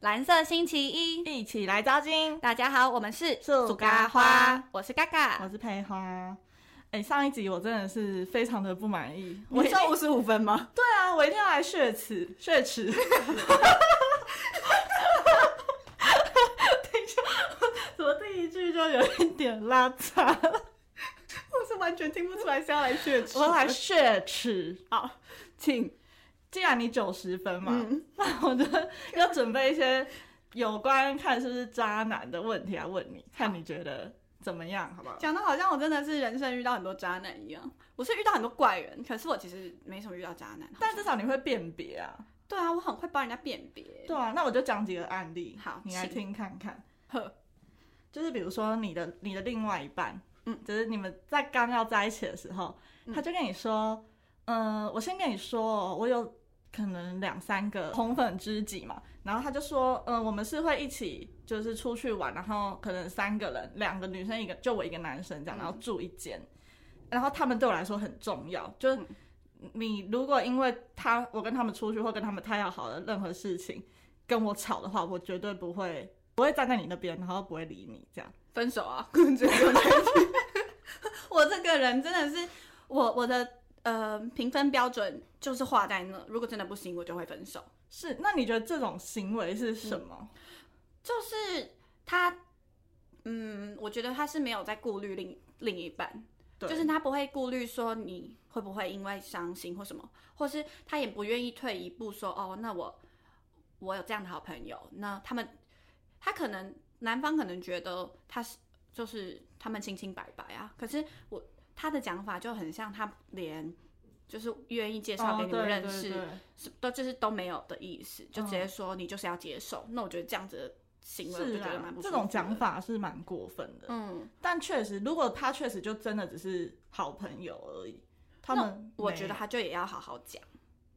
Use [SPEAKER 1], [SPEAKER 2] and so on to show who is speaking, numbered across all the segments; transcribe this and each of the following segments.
[SPEAKER 1] 蓝色星期一，
[SPEAKER 2] 一起来招金。
[SPEAKER 1] 大家好，我们是
[SPEAKER 2] 树咖花
[SPEAKER 1] 我是嘎
[SPEAKER 2] 我
[SPEAKER 1] 嘎。
[SPEAKER 2] 是佩花。哎、上一集我真的是非常的不满意，我
[SPEAKER 3] 我
[SPEAKER 2] 一定
[SPEAKER 3] 五十五分吗？
[SPEAKER 2] 对啊，我一定要来血耻，血 耻。等一下，怎么第一句就有一点拉差了？
[SPEAKER 3] 我是完全听不出来是要来血池。
[SPEAKER 2] 我来血耻。
[SPEAKER 3] 好，请
[SPEAKER 2] 既然你九十分嘛，
[SPEAKER 3] 嗯
[SPEAKER 2] 那我就要准备一些有关看是不是渣男的问题来问你，看你觉得怎么样，好不好？
[SPEAKER 3] 讲的好像我真的是人生遇到很多渣男一样。我是遇到很多怪人，可是我其实没什么遇到渣男。
[SPEAKER 2] 但至少你会辨别啊。
[SPEAKER 3] 对啊，我很会帮人家辨别。
[SPEAKER 2] 对啊，那我就讲几个案例，
[SPEAKER 3] 好
[SPEAKER 2] 你来
[SPEAKER 3] 请
[SPEAKER 2] 听看看。
[SPEAKER 3] 呵，
[SPEAKER 2] 就是比如说你的你的另外一半，
[SPEAKER 3] 嗯，
[SPEAKER 2] 就是你们在刚要在一起的时候，
[SPEAKER 3] 嗯
[SPEAKER 2] 他就跟你说，嗯、我先跟你说哦，我有可能两三个红粉知己嘛，然后他就说，嗯、我们是会一起就是出去玩，然后可能三个人，两个女生一个，就我一个男生这
[SPEAKER 3] 嗯
[SPEAKER 2] 样，然后住一间，然后他们对我来说很重要，就是。
[SPEAKER 3] 嗯
[SPEAKER 2] 你如果因为他我跟他们出去或跟他们太要好的任何事情跟我吵的话，我绝对不会不会站在你那边，然后不会理你这样。
[SPEAKER 3] 分手啊， 跟这个在一起我这个人真的是，我我的呃评分标准就是画在那，如果真的不行，我就会分手。
[SPEAKER 2] 是，那你觉得这种行为是什么？
[SPEAKER 3] 嗯就是他，嗯，我觉得他是没有在顾虑另另一半，
[SPEAKER 2] 对
[SPEAKER 3] 就是他不会顾虑说你会不会因为伤心或什么，或是他也不愿意退一步说哦，那我我有这样的好朋友，那他们他可能男方可能觉得他是就是他们清清白白啊，可是我他的讲法就很像他连就是愿意介绍给你
[SPEAKER 2] 哦
[SPEAKER 3] 们
[SPEAKER 2] 对
[SPEAKER 3] 认
[SPEAKER 2] 对
[SPEAKER 3] 识，
[SPEAKER 2] 对
[SPEAKER 3] 是都就是都没有的意思，就直接
[SPEAKER 2] 嗯
[SPEAKER 3] 说你就是要接受。那我觉得这样子的行为，我就是觉得
[SPEAKER 2] 啊
[SPEAKER 3] 蛮，不舒
[SPEAKER 2] 这
[SPEAKER 3] 服的
[SPEAKER 2] 种讲，法是蛮过分的。
[SPEAKER 3] 嗯，
[SPEAKER 2] 但确实，如果他确实就真的只是好朋友而已，他们
[SPEAKER 3] 我
[SPEAKER 2] 嗯没
[SPEAKER 3] 觉得他就也要好好讲，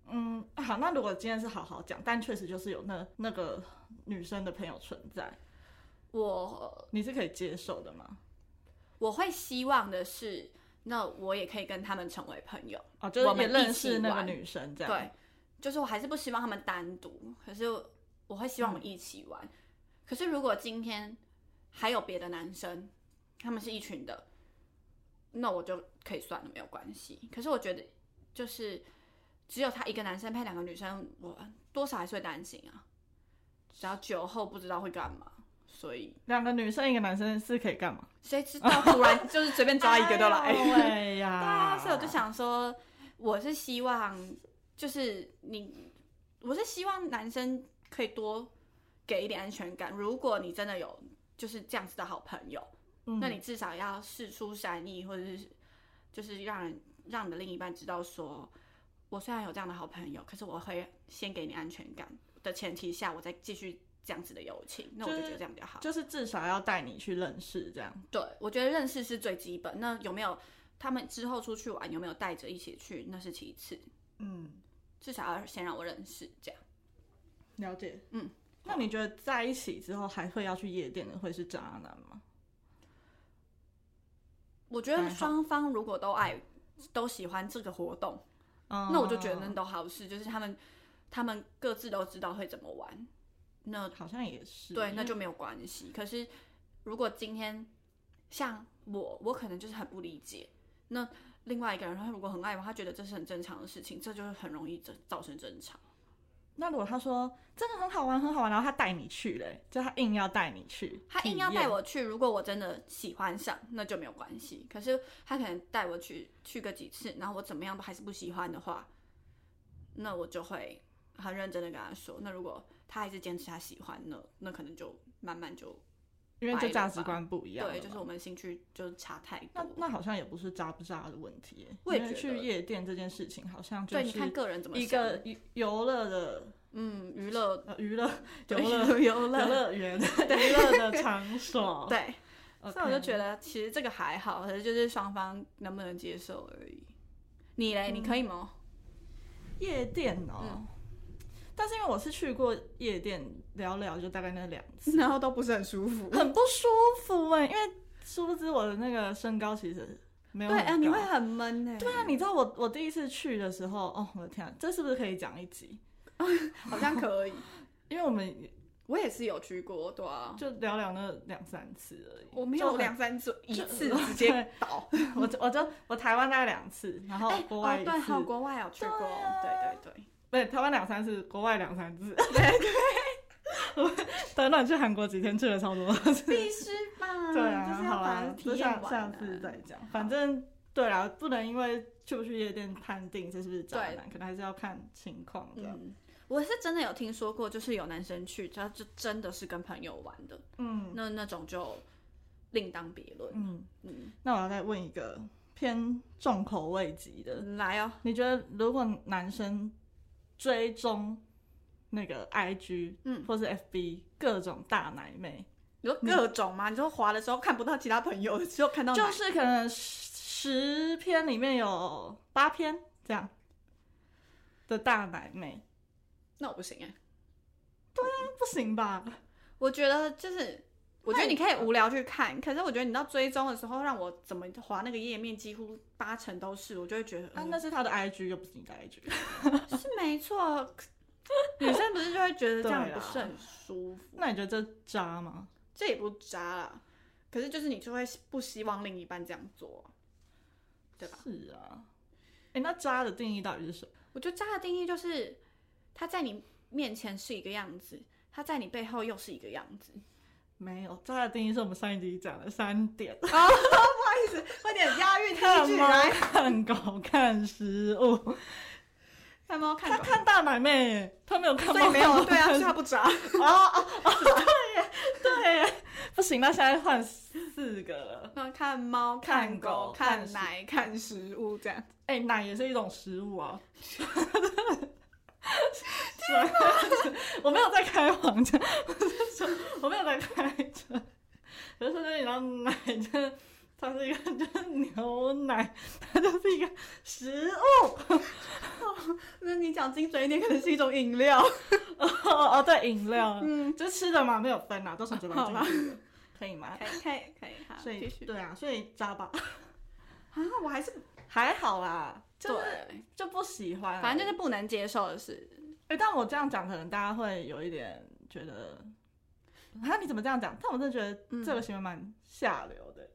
[SPEAKER 2] 嗯好。那如果今天是好好讲，但确实就是有那那个女生的朋友存在，
[SPEAKER 3] 我
[SPEAKER 2] 你是可以接受的吗？
[SPEAKER 3] 我会希望的是，那我也可以跟他们成为朋友，
[SPEAKER 2] 哦，就是
[SPEAKER 3] 我
[SPEAKER 2] 也
[SPEAKER 3] 们
[SPEAKER 2] 认
[SPEAKER 3] 一起
[SPEAKER 2] 识那个
[SPEAKER 3] 玩
[SPEAKER 2] 女生这样。
[SPEAKER 3] 对，就是我还是不希望他们单独，可是我会希望我们一起玩。可是如果今天还有别的男生，他们是一群的，那我就可以算了，没有关系。可是我觉得就是只有他一个男生配两个女生，我多少还是会担心啊。只要酒后不知道会干嘛，所以
[SPEAKER 2] 两个女生一个男生是可以干嘛？
[SPEAKER 3] 谁知道突然就是随便抓一个都来。
[SPEAKER 2] 哎呀，
[SPEAKER 3] 对啊，所以我就想说，我是希望就是你，我是希望男生可以多给一点安全感。如果你真的有就是这样子的好朋友，
[SPEAKER 2] 嗯，
[SPEAKER 3] 那你至少要事出善意，或者是就是让人让你的另一半知道说，我虽然有这样的好朋友，可是我会先给你安全感的前提下，我再继续这样子的友情。那我就
[SPEAKER 2] 就是
[SPEAKER 3] 觉得这样比较好。
[SPEAKER 2] 就是至少要带你去认识这样。
[SPEAKER 3] 对，我觉得认识是最基本。那有没有他们之后出去玩，有没有带着一起去，那是其次，
[SPEAKER 2] 嗯，
[SPEAKER 3] 至少要先让我认识这样。
[SPEAKER 2] 了解。
[SPEAKER 3] 嗯，
[SPEAKER 2] 那你觉得在一起之后还会要去夜店的会是渣男吗？
[SPEAKER 3] 我觉得
[SPEAKER 2] 还好
[SPEAKER 3] 双方如果都爱、都喜欢这个活动，
[SPEAKER 2] 嗯
[SPEAKER 3] 那我就觉得那都好事，就是他们他们各自都知道会怎么玩，那
[SPEAKER 2] 呃好像也是。
[SPEAKER 3] 对，那就没有关系。可是如果今天像我，我可能就是很不理解。那另外一个人，他如果很爱我，他觉得这是很正常的事情，这就是很容易造造成争吵。
[SPEAKER 2] 那如果他说真的很好玩，很好玩，然后他带你去嘞，就他硬要带你去，
[SPEAKER 3] 他硬要
[SPEAKER 2] 体验
[SPEAKER 3] 带。我去，如果我真的喜欢上，那就没有关系。可是他可能带我去去个几次，然后我怎么样都还是不喜欢的话，那我就会很认真的跟他说。那如果他还是坚持他喜欢，那那可能就慢慢就
[SPEAKER 2] 因为
[SPEAKER 3] 掰
[SPEAKER 2] 这
[SPEAKER 3] 了
[SPEAKER 2] 价值
[SPEAKER 3] 吧
[SPEAKER 2] 观不一样了嘛。
[SPEAKER 3] 对，就是我们兴趣就是差太
[SPEAKER 2] 那
[SPEAKER 3] 多。
[SPEAKER 2] 那好像也不是渣不渣的问题耶，
[SPEAKER 3] 我也
[SPEAKER 2] 因为
[SPEAKER 3] 觉得
[SPEAKER 2] 去夜店这件事情好像就
[SPEAKER 3] 对，你看
[SPEAKER 2] 是
[SPEAKER 3] 个人怎么
[SPEAKER 2] 一
[SPEAKER 3] 想
[SPEAKER 2] 个娱游乐的
[SPEAKER 3] 嗯娱乐
[SPEAKER 2] 呃娱乐游
[SPEAKER 3] 对
[SPEAKER 2] 乐
[SPEAKER 3] 游
[SPEAKER 2] 游
[SPEAKER 3] 乐
[SPEAKER 2] 乐园娱乐的场所。
[SPEAKER 3] 对，
[SPEAKER 2] 哦 OK，
[SPEAKER 3] 所以我就觉得其实这个还好，可是就是双方能不能接受而已。你嘞，你可以吗？
[SPEAKER 2] 夜店哦。
[SPEAKER 3] 嗯
[SPEAKER 2] 但是因为我是去过夜店，聊聊就大概那两 次，
[SPEAKER 3] 然后都不是很舒服。
[SPEAKER 2] 很不舒服哎、因为殊不知我的那个身高其实没有
[SPEAKER 3] 对，
[SPEAKER 2] 很
[SPEAKER 3] 啊，你
[SPEAKER 2] 高
[SPEAKER 3] 会很闷呢、
[SPEAKER 2] 对啊，你知道我我第一次去的时候，哦，我的天、啊，这是不是可以讲一集？
[SPEAKER 3] 好像可以。
[SPEAKER 2] 因为我们
[SPEAKER 3] 我也是有去过，对啊，
[SPEAKER 2] 就聊聊那两三次而已。
[SPEAKER 3] 我没
[SPEAKER 2] 就
[SPEAKER 3] 有
[SPEAKER 2] 很
[SPEAKER 3] 两三次一
[SPEAKER 2] 就
[SPEAKER 3] 次直接
[SPEAKER 2] 对
[SPEAKER 3] 倒。
[SPEAKER 2] 我就我就我台湾大概两次，然后
[SPEAKER 3] 哎，
[SPEAKER 2] 国
[SPEAKER 3] 哦
[SPEAKER 2] 外一，
[SPEAKER 3] 对，
[SPEAKER 2] 次，
[SPEAKER 3] 还有国外有去过，对对啊对，
[SPEAKER 2] 不是台湾两三次，国外两三 次。 对对， 短短去韩国几天去了超多。
[SPEAKER 3] 必须吧，
[SPEAKER 2] 对啊，
[SPEAKER 3] 嗯就是要把
[SPEAKER 2] 好啦
[SPEAKER 3] 它，
[SPEAKER 2] 就
[SPEAKER 3] 体
[SPEAKER 2] 下
[SPEAKER 3] 验完
[SPEAKER 2] 下
[SPEAKER 3] 啊。
[SPEAKER 2] 次再讲。反正对啦，不能因为去不去夜店判定这是不是渣
[SPEAKER 3] 对
[SPEAKER 2] 男，可能还是要看情况的。
[SPEAKER 3] 嗯，我是真的有听说过，就是有男生去，他就真的是跟朋友玩的，
[SPEAKER 2] 嗯
[SPEAKER 3] 那那种就另当别论。
[SPEAKER 2] 嗯，
[SPEAKER 3] 嗯，
[SPEAKER 2] 那我要再问一个偏重口味级的，
[SPEAKER 3] 来哦，
[SPEAKER 2] 你觉得如果男生追踪那个 IG，
[SPEAKER 3] 嗯
[SPEAKER 2] 或是 FB 各种大奶妹，
[SPEAKER 3] 你说各种吗？你说滑的时候看不到其他朋友，只有看到
[SPEAKER 2] 就
[SPEAKER 3] 奶
[SPEAKER 2] 是可能十十篇里面有八篇这样的大奶妹，
[SPEAKER 3] 那我不行哎、
[SPEAKER 2] 不行吧？
[SPEAKER 3] 我觉得就是，我觉得你可以无聊去看，可是我觉得你到追踪的时候，让我怎么滑那个页面，几乎八成都是，我就会觉得，
[SPEAKER 2] 啊，
[SPEAKER 3] 嗯
[SPEAKER 2] 那是他的 IG，又不是你的 IG。
[SPEAKER 3] 是没错。女生不是就会觉得这样
[SPEAKER 2] 对啦
[SPEAKER 3] 不是很舒服？
[SPEAKER 2] 那你觉得这渣吗？
[SPEAKER 3] 这也不渣啦，可是就是你就会不希望另一半这样做。对吧？
[SPEAKER 2] 是啊。哎、那渣的定义到底是什么？
[SPEAKER 3] 我觉得渣的定义就是，他在你面前是一个样子，他在你背后又是一个样子。
[SPEAKER 2] 没有，渣的定义是我们上一集讲的三点：
[SPEAKER 3] 快点押 韵
[SPEAKER 2] 看猫、看狗、看食物。
[SPEAKER 3] 看猫看
[SPEAKER 2] 他
[SPEAKER 3] 狗，
[SPEAKER 2] 看大奶妹，他没有看
[SPEAKER 3] 所以
[SPEAKER 2] 猫，
[SPEAKER 3] 没有对啊，所以
[SPEAKER 2] 看
[SPEAKER 3] 他不渣。
[SPEAKER 2] 对，不行，那现在换四个了。
[SPEAKER 3] 那看猫、
[SPEAKER 2] 看
[SPEAKER 3] 看
[SPEAKER 2] 狗
[SPEAKER 3] 狗、
[SPEAKER 2] 看
[SPEAKER 3] 看
[SPEAKER 2] 食
[SPEAKER 3] 奶、看食物这样。
[SPEAKER 2] 哎、奶也是一种食物啊。 我没有在开黄腔，我没有在开车，可是那你知道奶就是它是一个就是牛奶，它就是一个食物。
[SPEAKER 3] 那你讲精准一点，可能是一种饮料。
[SPEAKER 2] 哦哦，对，饮料，
[SPEAKER 3] 嗯，
[SPEAKER 2] 就吃的嘛，没有分啊啦，都是嘴巴
[SPEAKER 3] 好啦
[SPEAKER 2] 进去的，可以 吗？
[SPEAKER 3] 可以，可以，可以，好，
[SPEAKER 2] 所以
[SPEAKER 3] 继续。
[SPEAKER 2] 对啊，所以渣吧，
[SPEAKER 3] 啊，我还是
[SPEAKER 2] 还好啦，就是
[SPEAKER 3] 对，
[SPEAKER 2] 就不喜欢而啊已，
[SPEAKER 3] 反正就是不能接受的事。
[SPEAKER 2] 哎、但我这样讲，可能大家会有一点觉得，啊，你怎么这样讲？但我真的觉
[SPEAKER 3] 嗯
[SPEAKER 2] 得这个行为蛮下流的。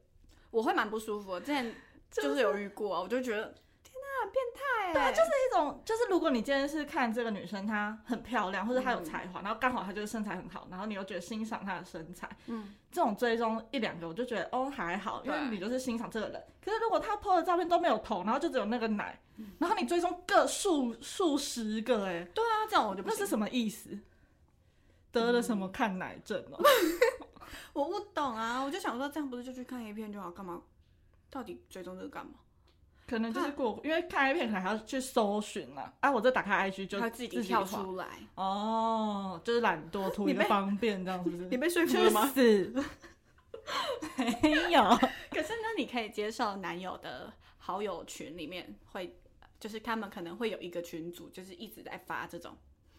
[SPEAKER 3] 我会蛮不舒服的，之前就是有遇过啊，我就觉得天哪、变态、欸！对，
[SPEAKER 2] 啊就是一种，就是如果你今天是看这个女生她很漂亮，或者
[SPEAKER 3] 嗯
[SPEAKER 2] 她有才华，然后刚好她就是身材很好，然后你又觉得欣赏她的身材，
[SPEAKER 3] 嗯，
[SPEAKER 2] 这种追踪一两个，我就觉得哦还好，因为
[SPEAKER 3] 对啊
[SPEAKER 2] 你就是欣赏这个人。可是如果她 PO 的照片都没有头，然后就只有那个奶，
[SPEAKER 3] 嗯
[SPEAKER 2] 然后你追踪个数数十个、欸，哎，
[SPEAKER 3] 对啊，这种我就不
[SPEAKER 2] 那
[SPEAKER 3] 行
[SPEAKER 2] 是什么意思？得了什么看奶症哦、
[SPEAKER 3] 我不懂啊，我就想说这样不是就去看 A 片就好，干嘛？到底追踪这个干嘛？
[SPEAKER 2] 可能就是过，因为看 A 片可能还要去搜寻啦。啊，我这打开 IG 就
[SPEAKER 3] 他
[SPEAKER 2] 自
[SPEAKER 3] 自
[SPEAKER 2] 己
[SPEAKER 3] 己跳
[SPEAKER 2] 滑
[SPEAKER 3] 出来，
[SPEAKER 2] 哦，就是懒惰图一
[SPEAKER 3] 你
[SPEAKER 2] 个
[SPEAKER 3] 被
[SPEAKER 2] 方便，这样是不是？
[SPEAKER 3] 被说
[SPEAKER 2] 去？ 死！没有，
[SPEAKER 3] 可是那你可以接受男友的好友群里面会，就是他们可能会有一个群组，就是一直在发这种，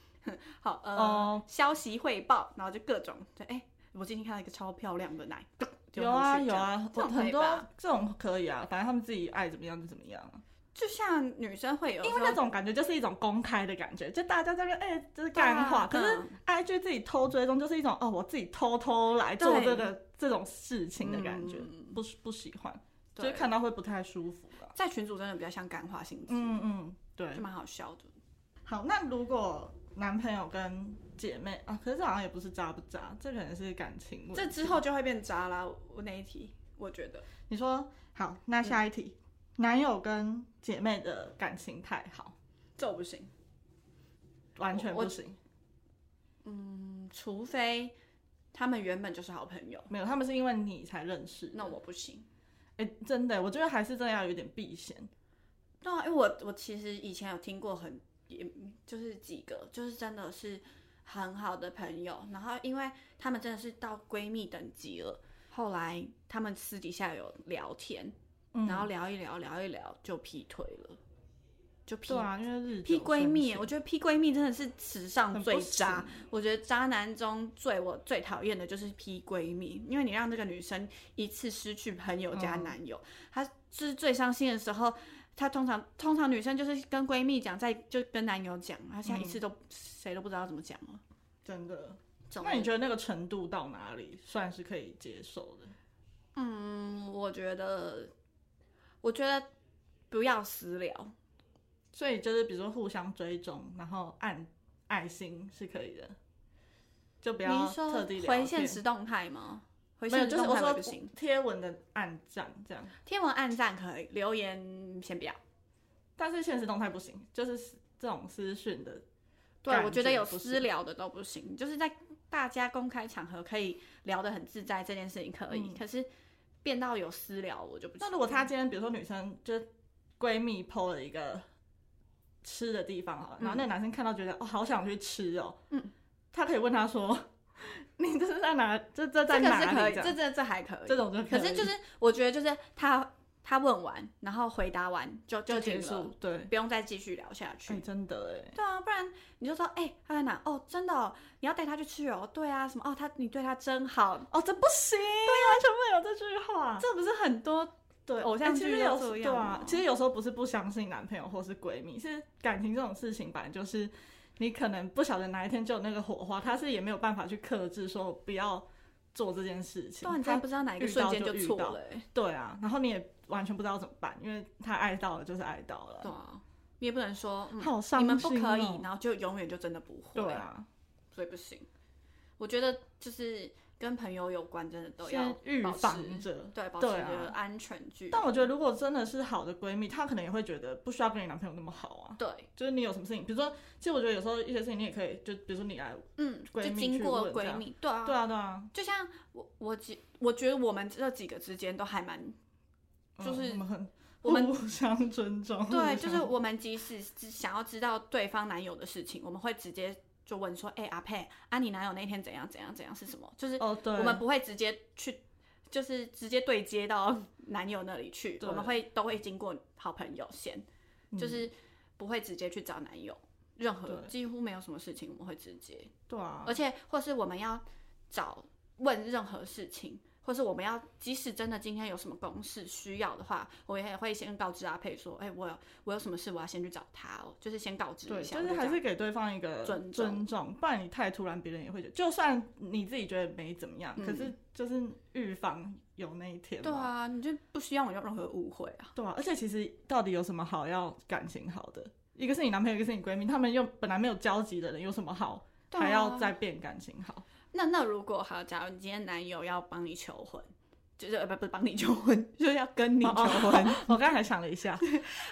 [SPEAKER 3] 好呃、
[SPEAKER 2] 哦
[SPEAKER 3] 消息汇报，然后就各种对，哎、我今天看到一个超漂亮的奶， 丢
[SPEAKER 2] 有啊
[SPEAKER 3] 进去
[SPEAKER 2] 有
[SPEAKER 3] 这样
[SPEAKER 2] 啊，
[SPEAKER 3] 这
[SPEAKER 2] 我
[SPEAKER 3] 种可
[SPEAKER 2] 很
[SPEAKER 3] 以
[SPEAKER 2] 多
[SPEAKER 3] 吧
[SPEAKER 2] 这种可以啊，反正他们自己爱怎么样就怎么样啊。
[SPEAKER 3] 就像女生会有时
[SPEAKER 2] 因
[SPEAKER 3] 候，
[SPEAKER 2] 为那种感觉就是一种公开的感觉，就大家在那边哎、就是
[SPEAKER 3] 对啊
[SPEAKER 2] 干话。可是
[SPEAKER 3] 嗯
[SPEAKER 2] IG 自己偷追踪就是一种哦，我自己偷偷来做
[SPEAKER 3] 对
[SPEAKER 2] 这个这种事情的感觉，
[SPEAKER 3] 嗯
[SPEAKER 2] 不不喜欢，就
[SPEAKER 3] 对
[SPEAKER 2] 是看到会不太舒服啦。
[SPEAKER 3] 在群组真的比较像感化性质，
[SPEAKER 2] 嗯嗯，对
[SPEAKER 3] 就。蛮好笑的。
[SPEAKER 2] 好，那如果男朋友跟姐妹啊，可是这好像也不是渣不渣，这可能是感情问题。
[SPEAKER 3] 这之后就会变渣啦。我那一题，我觉得
[SPEAKER 2] 你说好，那下一
[SPEAKER 3] 嗯
[SPEAKER 2] 题，男友跟姐妹的感情太好，
[SPEAKER 3] 这我不行。
[SPEAKER 2] 完全
[SPEAKER 3] 我
[SPEAKER 2] 不行。
[SPEAKER 3] 嗯，除非他们原本就是好朋友，
[SPEAKER 2] 没有，他们是因为你才认识。
[SPEAKER 3] 那我不行。
[SPEAKER 2] 哎、真的，我觉得还是真的要有点避嫌。
[SPEAKER 3] 对啊，因为我我其实以前有听过很，也就是几个，就是真的是很好的朋友，然后因为他们真的是到闺蜜等级了，后来他们私底下有聊天，
[SPEAKER 2] 嗯
[SPEAKER 3] 然后聊一聊聊一聊就劈腿了，就劈
[SPEAKER 2] 对啊，因为日久
[SPEAKER 3] 劈闺蜜，
[SPEAKER 2] 生
[SPEAKER 3] 我
[SPEAKER 2] 情
[SPEAKER 3] 觉得劈闺蜜真的是史上
[SPEAKER 2] 很
[SPEAKER 3] 最
[SPEAKER 2] 不
[SPEAKER 3] 渣。我觉得渣男中最我最讨厌的就是劈闺蜜，因为你让这个女生一次失去朋友
[SPEAKER 2] 嗯
[SPEAKER 3] 加男友，她就是最伤心的时候。她通常通常女生就是跟
[SPEAKER 2] 嗯
[SPEAKER 3] 闺蜜讲，再就跟男友讲，她现在一次都谁、都不知道怎么讲了。
[SPEAKER 2] 真的
[SPEAKER 3] 总
[SPEAKER 2] 那你
[SPEAKER 3] 而
[SPEAKER 2] 觉得那个程度到哪里算是可以接受的？
[SPEAKER 3] 嗯，我觉得，我觉得不要私聊，
[SPEAKER 2] 所以就是比如说互相追踪，然后按爱心是可以的，就不
[SPEAKER 3] 你
[SPEAKER 2] 要
[SPEAKER 3] 是说
[SPEAKER 2] 特地聊
[SPEAKER 3] 回
[SPEAKER 2] 天
[SPEAKER 3] 现实动态吗？回
[SPEAKER 2] 没有，
[SPEAKER 3] 现实
[SPEAKER 2] 就是
[SPEAKER 3] 动
[SPEAKER 2] 我
[SPEAKER 3] 态我也
[SPEAKER 2] 说
[SPEAKER 3] 不行，
[SPEAKER 2] 贴文的暗赞这样，
[SPEAKER 3] 天文暗赞可以，留言先不要。
[SPEAKER 2] 但是现实动态不行，就是这种私讯的
[SPEAKER 3] 对，
[SPEAKER 2] 感
[SPEAKER 3] 我觉得
[SPEAKER 2] 觉
[SPEAKER 3] 有
[SPEAKER 2] 不
[SPEAKER 3] 私
[SPEAKER 2] 是
[SPEAKER 3] 聊的都不行，就是在大家公开场合可以聊得很自在这件事情可以，
[SPEAKER 2] 嗯
[SPEAKER 3] 可是变到有私聊我就不行。
[SPEAKER 2] 那如果她今天比如说女生就是闺蜜 PO 了一个吃的地方好了，然后那个男生看到觉得、哦好想去吃哦，
[SPEAKER 3] 嗯，
[SPEAKER 2] 他可以问她说 你这是在哪？这这在
[SPEAKER 3] 这个是
[SPEAKER 2] 哪
[SPEAKER 3] 可
[SPEAKER 2] 里？
[SPEAKER 3] 以，这
[SPEAKER 2] 这
[SPEAKER 3] 这这还可以
[SPEAKER 2] 这。种就
[SPEAKER 3] 可是就是是我觉得就是他他问完，然后回答完就
[SPEAKER 2] 就
[SPEAKER 3] 停
[SPEAKER 2] 结
[SPEAKER 3] 了
[SPEAKER 2] 束，，对，
[SPEAKER 3] 不用再继续聊下去。
[SPEAKER 2] 哎、真的哎，
[SPEAKER 3] 对啊，不然你就说，哎、他在哪？哦，真的哦、你要带他去吃哦。对啊，什么哦，他你对他真好，
[SPEAKER 2] 哦这不行，
[SPEAKER 3] 啊
[SPEAKER 2] 对完全不能有这句话。
[SPEAKER 3] 这不是很多
[SPEAKER 2] 对，
[SPEAKER 3] 偶像
[SPEAKER 2] 哎其
[SPEAKER 3] 剧都
[SPEAKER 2] 实有
[SPEAKER 3] 这
[SPEAKER 2] 时
[SPEAKER 3] 样
[SPEAKER 2] 对啊
[SPEAKER 3] 哦，
[SPEAKER 2] 其实有时候不是不相信男朋友或是闺蜜，是感情这种事情，本来就是你可能不晓得哪一天就有那个火花，他是也没有办法去克制，说不要做这件事情。
[SPEAKER 3] 突然
[SPEAKER 2] 他
[SPEAKER 3] 间不知道哪一个
[SPEAKER 2] 遇
[SPEAKER 3] 瞬
[SPEAKER 2] 到
[SPEAKER 3] 间
[SPEAKER 2] 就遇
[SPEAKER 3] 错
[SPEAKER 2] 到
[SPEAKER 3] 了、哎
[SPEAKER 2] 对啊，然后你也完全不知道怎么办，因为他爱到了就是爱到
[SPEAKER 3] 对
[SPEAKER 2] 了，
[SPEAKER 3] 啊，你也不能说、嗯、
[SPEAKER 2] 好伤
[SPEAKER 3] 你
[SPEAKER 2] 心、哦。
[SPEAKER 3] 们不可以，然后就永远就真的不会，
[SPEAKER 2] 对，啊，
[SPEAKER 3] 所以不行。我觉得就是跟朋友有关，真的都要
[SPEAKER 2] 先预
[SPEAKER 3] 保持
[SPEAKER 2] 防着。
[SPEAKER 3] 对，保持
[SPEAKER 2] 对啊
[SPEAKER 3] 着安全距离。
[SPEAKER 2] 但我觉得，如果真的是好的闺蜜，她可能也会觉得不需要跟你男朋友那么好啊。
[SPEAKER 3] 对，
[SPEAKER 2] 就是你有什么事情，比如说，其实我觉得有时候一些事情你也可以，就比如说你来
[SPEAKER 3] 嗯，就
[SPEAKER 2] 闺蜜
[SPEAKER 3] 经
[SPEAKER 2] 去
[SPEAKER 3] 过
[SPEAKER 2] 问这
[SPEAKER 3] 闺
[SPEAKER 2] 样
[SPEAKER 3] 蜜，对啊，
[SPEAKER 2] 对啊，对啊，
[SPEAKER 3] 就像我我几，我觉得我们这几个之间都还蛮就是
[SPEAKER 2] 嗯我们很
[SPEAKER 3] 我们
[SPEAKER 2] 互相尊重，
[SPEAKER 3] 对，
[SPEAKER 2] 互
[SPEAKER 3] 就
[SPEAKER 2] 相
[SPEAKER 3] 是我们即使只想要知道对方男友的事情，我们会直接就问说：“哎、阿佩，啊，你男友那天怎样怎样怎样是什么？”就是
[SPEAKER 2] 哦，对，
[SPEAKER 3] 我们不会直接去，就是直接对接到男友那里去，
[SPEAKER 2] 对
[SPEAKER 3] 我们会都会经过好朋友先，
[SPEAKER 2] 嗯
[SPEAKER 3] 就是不会直接去找男友，任何
[SPEAKER 2] 对
[SPEAKER 3] 几乎没有什么事情我们会直接，
[SPEAKER 2] 对啊，
[SPEAKER 3] 而且或是我们要找问任何事情，或是我们要即使真的今天有什么公事需要的话，我也会先告知阿佩说，哎、我有我有什么事，我要先去找他哦，就是先告知
[SPEAKER 2] 对，
[SPEAKER 3] 一下。我
[SPEAKER 2] 就是
[SPEAKER 3] 就
[SPEAKER 2] 还
[SPEAKER 3] 这样
[SPEAKER 2] 是给对方一个
[SPEAKER 3] 尊重
[SPEAKER 2] 尊重，不然你太突然，别人也会觉得，就算你自己觉得没怎么样，
[SPEAKER 3] 嗯
[SPEAKER 2] 可是就是预防有那一天，
[SPEAKER 3] 对，啊，你就不希望我有任何误会啊。
[SPEAKER 2] 对啊，而且其实到底有什么好要感情好的？一个是你男朋友，一个是你闺蜜，他们又本来没有交集的人，有什么好
[SPEAKER 3] 对啊
[SPEAKER 2] 还要再变感情好？
[SPEAKER 3] 那那如果好，假如你今天男友要帮你求婚，就是呃不不是帮你求婚， 就是要跟你求
[SPEAKER 2] 哦
[SPEAKER 3] 婚，
[SPEAKER 2] 我刚才还想了一下，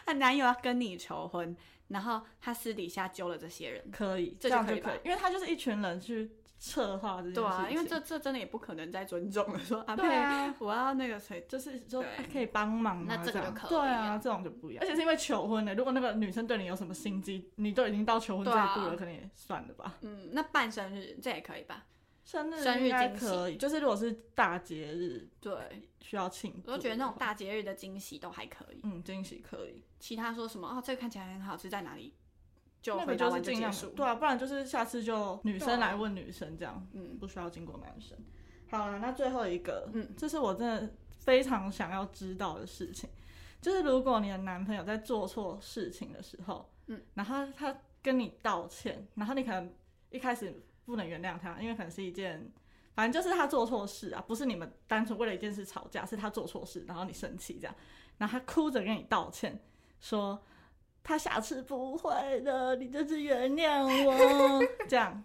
[SPEAKER 3] 他男友要跟你求婚，然后他私底下揪了这些人，
[SPEAKER 2] 可以，
[SPEAKER 3] 这
[SPEAKER 2] 这
[SPEAKER 3] 就
[SPEAKER 2] 样
[SPEAKER 3] 可
[SPEAKER 2] 就
[SPEAKER 3] 以吧
[SPEAKER 2] 可以，因为他就是一群人去策划这件事情，
[SPEAKER 3] 对啊，因为这这真的也不可能再尊重了，说阿佩，
[SPEAKER 2] 对啊
[SPEAKER 3] 我要那个谁
[SPEAKER 2] 就是说
[SPEAKER 3] 对
[SPEAKER 2] 哎可以帮忙吗？
[SPEAKER 3] 那这个
[SPEAKER 2] 样
[SPEAKER 3] 就可以
[SPEAKER 2] 对
[SPEAKER 3] 啊
[SPEAKER 2] 啊，这种就不一样。而且是因为求婚的，如果那个女生对你有什么心机，你都已经到求婚这
[SPEAKER 3] 对
[SPEAKER 2] 一
[SPEAKER 3] 啊
[SPEAKER 2] 步了，可能也算了吧。
[SPEAKER 3] 嗯，那办生日这也可以吧？
[SPEAKER 2] 生日
[SPEAKER 3] 生日
[SPEAKER 2] 应该
[SPEAKER 3] 惊喜
[SPEAKER 2] 可以，就是如果是大节日
[SPEAKER 3] 对，
[SPEAKER 2] 需要庆祝，
[SPEAKER 3] 我就觉得那种大节日的惊喜都还可以。
[SPEAKER 2] 嗯惊喜可以，
[SPEAKER 3] 其他说什么哦，这个看起来很好吃，在哪里？就
[SPEAKER 2] 那
[SPEAKER 3] 回
[SPEAKER 2] 个
[SPEAKER 3] 答
[SPEAKER 2] 就是
[SPEAKER 3] 完就
[SPEAKER 2] 尽
[SPEAKER 3] 结
[SPEAKER 2] 量
[SPEAKER 3] 束。
[SPEAKER 2] 对啊，不然就是下次就女
[SPEAKER 3] 对啊
[SPEAKER 2] 生来问女生这样，
[SPEAKER 3] 嗯，
[SPEAKER 2] 不需要经过男生。好了，那最后一个，
[SPEAKER 3] 嗯
[SPEAKER 2] 嗯，这是我真的非常想要知道的事情，就是如果你的男朋友在做错事情的时候，
[SPEAKER 3] 嗯
[SPEAKER 2] 嗯，然后他跟你道歉，然后你可能一开始不能原谅他，因为可能是一件，反正就是他做错事啊，不是你们单纯为了一件事吵架，是他做错事，然后你生气这样，然后他哭着跟你道歉，说。他下次不会的，你就是原谅我， 这样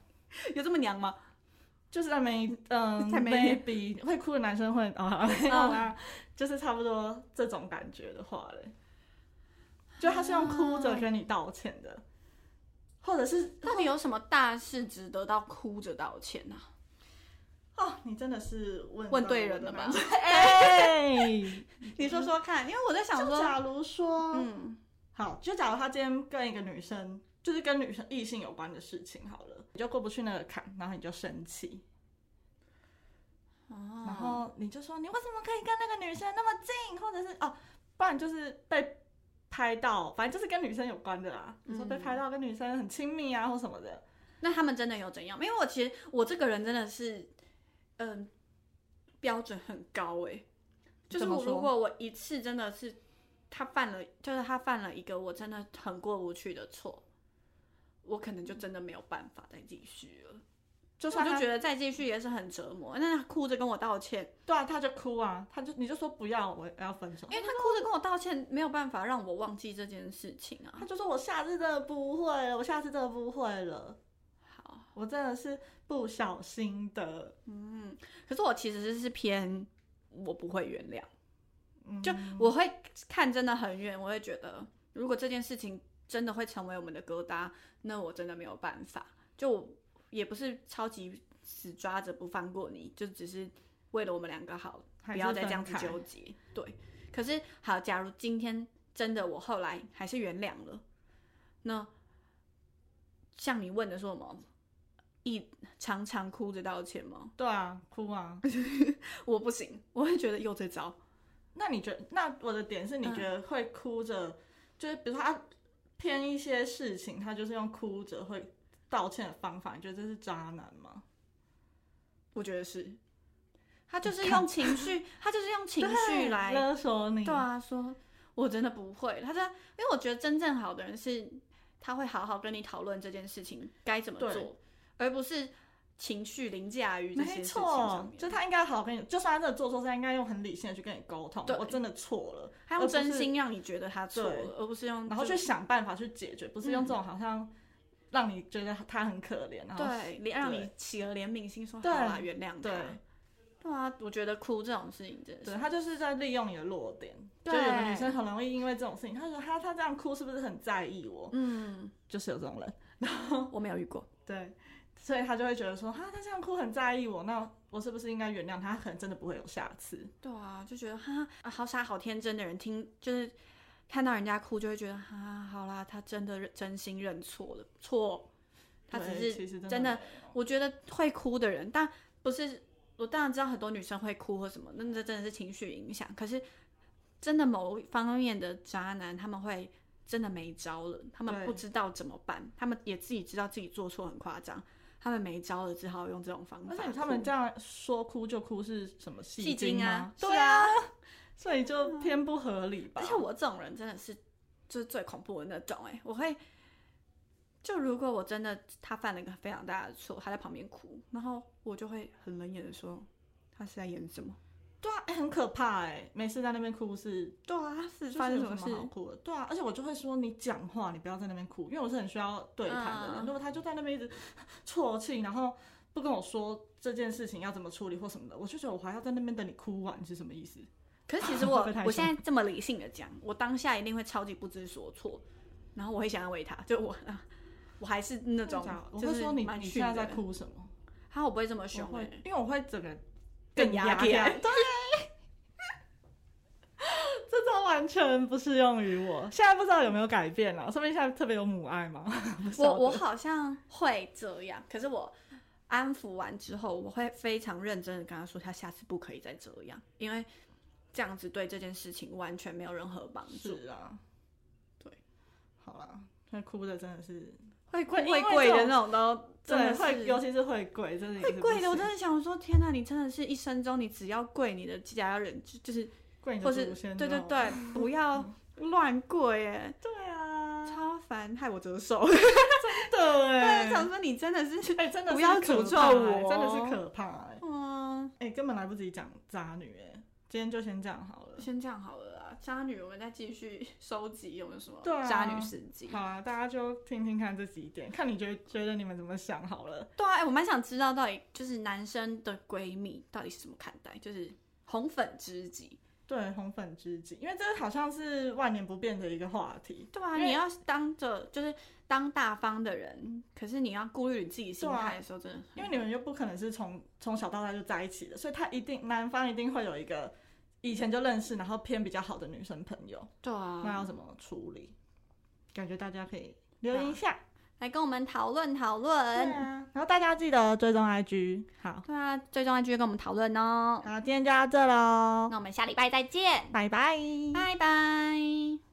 [SPEAKER 3] 有这么娘吗？
[SPEAKER 2] 就是在没 嗯
[SPEAKER 3] 在没哦
[SPEAKER 2] maybe 会哭的男生会啊，没有啦，就是差不多这种感觉的话嘞，就他是用哭着跟你道歉的，或者是
[SPEAKER 3] 到底有什么大事值得到哭着道歉呢、啊？
[SPEAKER 2] 哦，你真的是问
[SPEAKER 3] 问
[SPEAKER 2] 到
[SPEAKER 3] 对
[SPEAKER 2] 我
[SPEAKER 3] 人了
[SPEAKER 2] 的
[SPEAKER 3] 吧
[SPEAKER 2] 难处？ 哎，
[SPEAKER 3] 你说说看，因为我在想
[SPEAKER 2] 就
[SPEAKER 3] 说，
[SPEAKER 2] 假如说，
[SPEAKER 3] 嗯，
[SPEAKER 2] 好，就假如他今天跟一个女生，就是跟女生异性有关的事情好了，你就过不去那个坎，然后你就生气，然
[SPEAKER 3] 哦，
[SPEAKER 2] 后你就说你为什么可以跟那个女生那么近，或者是哦，不然就是被拍到，反正就是跟女生有关的啦，比如说被拍到跟女生很亲密啊或什么的，
[SPEAKER 3] 那他们真的有怎样？因为我其实我这个人真的是，嗯，标准很高哎、就是
[SPEAKER 2] 怎么
[SPEAKER 3] 我如
[SPEAKER 2] 说
[SPEAKER 3] 果我一次真的是他犯了，就是他犯了一个我真的很过不去的错，我可能就真的没有办法再继续了。
[SPEAKER 2] 就
[SPEAKER 3] 我
[SPEAKER 2] 算
[SPEAKER 3] 就
[SPEAKER 2] 他
[SPEAKER 3] 觉得再继续也是很折磨。那他哭着跟我道歉，
[SPEAKER 2] 对啊，他就哭啊，他就你就说不要，我要分手
[SPEAKER 3] 因。为他哭着跟我道歉，没有办法让我忘记这件事情啊。
[SPEAKER 2] 他就说我下次真的不会了，我下次真的不会了，
[SPEAKER 3] 好，
[SPEAKER 2] 我真的是不小心的。
[SPEAKER 3] 嗯，可是我其实是偏我不会原谅，
[SPEAKER 2] 嗯
[SPEAKER 3] 就我会看真的很远，我会觉得如果这件事情真的会成为我们的疙瘩，那我真的没有办法。就我也不是超级死抓着不放过你，就只是为了我们两个好，
[SPEAKER 2] 还
[SPEAKER 3] 不
[SPEAKER 2] 是
[SPEAKER 3] 要再这样子
[SPEAKER 2] 分开
[SPEAKER 3] 纠结。对，可是好，假如今天真的我后来还是原谅了，那像你问的说什么，一常常哭着道歉吗？
[SPEAKER 2] 对啊，哭啊。
[SPEAKER 3] 我不行，我会觉得又这招。
[SPEAKER 2] 那你觉得？那我的点是，你觉
[SPEAKER 3] 嗯
[SPEAKER 2] 得会哭着，就是比如说他偏一些事情，他就是用哭着会道歉的方法，你觉得这是渣男吗？
[SPEAKER 3] 我觉得是，他就是用情绪，他就是用情绪来，
[SPEAKER 2] 勒索你。
[SPEAKER 3] 对啊，说我真的不会。他说，因为我觉得真正好的人是，他会好好跟你讨论这件事情该怎么
[SPEAKER 2] 对
[SPEAKER 3] 做，而不是情绪凌驾于这些
[SPEAKER 2] 没
[SPEAKER 3] 事情上
[SPEAKER 2] 错，
[SPEAKER 3] 面。
[SPEAKER 2] 就他应该好好跟你，就算他真的做错事，他应该用很理性的去跟你沟通
[SPEAKER 3] 对。
[SPEAKER 2] 我真的错了，
[SPEAKER 3] 他
[SPEAKER 2] 而
[SPEAKER 3] 用
[SPEAKER 2] 不是
[SPEAKER 3] 真，心让你觉得他错
[SPEAKER 2] 对
[SPEAKER 3] 了，而不是嗯用
[SPEAKER 2] 然后
[SPEAKER 3] 嗯就
[SPEAKER 2] 去想办法去解决，不是用这种好像让你觉得他很可怜，然后
[SPEAKER 3] 对，连让你
[SPEAKER 2] 对
[SPEAKER 3] 起了怜悯心，说好
[SPEAKER 2] 对
[SPEAKER 3] 啦，原谅
[SPEAKER 2] 对
[SPEAKER 3] 他。对啊，我觉得哭这种事情真的
[SPEAKER 2] 对
[SPEAKER 3] 是，
[SPEAKER 2] 他就是在利用你的弱点。就
[SPEAKER 3] 对
[SPEAKER 2] 有的女生很容易因为这种事情，她觉得她她这样哭是不是很在意我？
[SPEAKER 3] 嗯，
[SPEAKER 2] 就是有这种人。
[SPEAKER 3] 我没有遇过。
[SPEAKER 2] 对，所以他就会觉得说，哈，他这样哭很在意我，那我是不是应该原谅他？他可能真的不会有下次。
[SPEAKER 3] 对啊，就觉得哈、啊好傻好天真的人听，就是看到人家哭就会觉得哈、好啦，他真的认真心认错了，错，他
[SPEAKER 2] 对
[SPEAKER 3] 只
[SPEAKER 2] 其
[SPEAKER 3] 是
[SPEAKER 2] 实真
[SPEAKER 3] 真的
[SPEAKER 2] 没有
[SPEAKER 3] 我觉得会哭的人，但不是我当然知道很多女生会哭或什么，那这真的是情绪影响。可是真的某方面的渣男，他们会真的没招了，他们
[SPEAKER 2] 对
[SPEAKER 3] 不知道怎么办，他们也自己知道自己做错很夸张，他们没招了，只好用这种方法哭。
[SPEAKER 2] 而且他们这样说哭就哭是什么
[SPEAKER 3] 戏
[SPEAKER 2] 戏
[SPEAKER 3] 精啊
[SPEAKER 2] 吗，？
[SPEAKER 3] 是
[SPEAKER 2] 对啊，，所以就偏不合理吧。
[SPEAKER 3] 而且我这种人真的是就是最恐怖的那种哎、我会就如果我真的他犯了一个非常大的错，他在旁边哭，然后我就会很冷眼的说他是在演什么？
[SPEAKER 2] 对啊，哎很可怕哎、没事在那边哭是。
[SPEAKER 3] 对啊，是
[SPEAKER 2] 就是
[SPEAKER 3] 发生
[SPEAKER 2] 有
[SPEAKER 3] 什
[SPEAKER 2] 什
[SPEAKER 3] 么事？
[SPEAKER 2] 好哭的？对啊，而且我就会说你讲话，你不要在那边哭，因为我是很需要对谈的人。
[SPEAKER 3] 嗯
[SPEAKER 2] 如果他就在那边一直 啜泣，然后不跟我说这件事情要怎么处理或什么的，我就觉得我还要在那边等你哭完是什么意思？
[SPEAKER 3] 可是其 实
[SPEAKER 2] 会
[SPEAKER 3] 我
[SPEAKER 2] 不会太
[SPEAKER 3] 我现在这么理性的讲，我当下一定会超级不知所措，然后我会想安慰他，就我 我还是那种
[SPEAKER 2] 真的假的我
[SPEAKER 3] 就
[SPEAKER 2] 会
[SPEAKER 3] 是
[SPEAKER 2] 说你
[SPEAKER 3] 蛮
[SPEAKER 2] 你
[SPEAKER 3] 逊
[SPEAKER 2] 现在
[SPEAKER 3] 的
[SPEAKER 2] 在
[SPEAKER 3] 人，
[SPEAKER 2] 哭什么？
[SPEAKER 3] 他我不会这么
[SPEAKER 2] 我
[SPEAKER 3] 凶哎、
[SPEAKER 2] 会，因为我会整个
[SPEAKER 3] 更压啊起来
[SPEAKER 2] 压对， 这招完全不适用于我。现在不知道有没有改变啊了，说不定现在特别有母爱嘛。 不
[SPEAKER 3] 我
[SPEAKER 2] 晓得
[SPEAKER 3] 我好像会这样，可是我安抚完之后，我会非常认真的跟他说，他下次不可以再这样，因为这样子对这件事情完全没有任何帮助。
[SPEAKER 2] 是啊，
[SPEAKER 3] 对，
[SPEAKER 2] 好啦，那哭的真的是
[SPEAKER 3] 会
[SPEAKER 2] 会
[SPEAKER 3] 跪
[SPEAKER 2] 因为
[SPEAKER 3] 会跪
[SPEAKER 2] 这
[SPEAKER 3] 的
[SPEAKER 2] 种
[SPEAKER 3] 那种都真
[SPEAKER 2] 对
[SPEAKER 3] 的
[SPEAKER 2] 会，尤
[SPEAKER 3] 是。
[SPEAKER 2] 其是会跪，真的也
[SPEAKER 3] 会
[SPEAKER 2] 是不
[SPEAKER 3] 跪的，我
[SPEAKER 2] 行
[SPEAKER 3] 真的想说，天哪！你真的是一生中，你只要跪你的家人，就就是，
[SPEAKER 2] 跪你
[SPEAKER 3] 或
[SPEAKER 2] 的
[SPEAKER 3] 是
[SPEAKER 2] 祖先，
[SPEAKER 3] 对对
[SPEAKER 2] 你知道吗，
[SPEAKER 3] 对，不要乱跪， 哎，
[SPEAKER 2] 对啊，
[SPEAKER 3] 超烦，害我折寿。但是
[SPEAKER 2] 对哎
[SPEAKER 3] 想说，你真的是，
[SPEAKER 2] 哎，真的
[SPEAKER 3] 不
[SPEAKER 2] 是
[SPEAKER 3] 要
[SPEAKER 2] 可
[SPEAKER 3] 诅咒
[SPEAKER 2] 怕哎
[SPEAKER 3] 我
[SPEAKER 2] 真的
[SPEAKER 3] 哦
[SPEAKER 2] 是可怕哎
[SPEAKER 3] 嗯，
[SPEAKER 2] 哎，根本来不及讲渣女哎，今天就先这样好了。
[SPEAKER 3] 先这样好了啦，渣女，我们再继续收集有没有什么
[SPEAKER 2] 对啊
[SPEAKER 3] 渣女事迹？
[SPEAKER 2] 好啊，大家就听听看这几点，看你觉得觉得你们怎么想好了。
[SPEAKER 3] 对啊，哎、我蛮想知道到底就是男生的闺蜜到底是怎么看待，就是红粉知己。
[SPEAKER 2] 对，红粉知己，因为这好像是万年不变的一个话题。
[SPEAKER 3] 对啊，
[SPEAKER 2] 因为
[SPEAKER 3] 你要当着就是当大方的人，可是你要顾虑你自己心
[SPEAKER 2] 对啊
[SPEAKER 3] 态的时候，真的很
[SPEAKER 2] 因为你们又不可能是从从小到大就在一起的，所以他一定男方一定会有一个以前就认识，然后偏比较好的女生朋友，
[SPEAKER 3] 对
[SPEAKER 2] 那
[SPEAKER 3] 啊，
[SPEAKER 2] 要怎么处理？感觉大家可以留言一下。
[SPEAKER 3] 来跟我们讨论讨
[SPEAKER 2] 对
[SPEAKER 3] 论。
[SPEAKER 2] 啊，然后大家记得追踪 IG。好，
[SPEAKER 3] 对啊，最重要就是跟我们讨论哦。
[SPEAKER 2] 好，今天就到这喽，
[SPEAKER 3] 那我们下礼拜再见，
[SPEAKER 2] 拜拜。
[SPEAKER 3] 拜拜。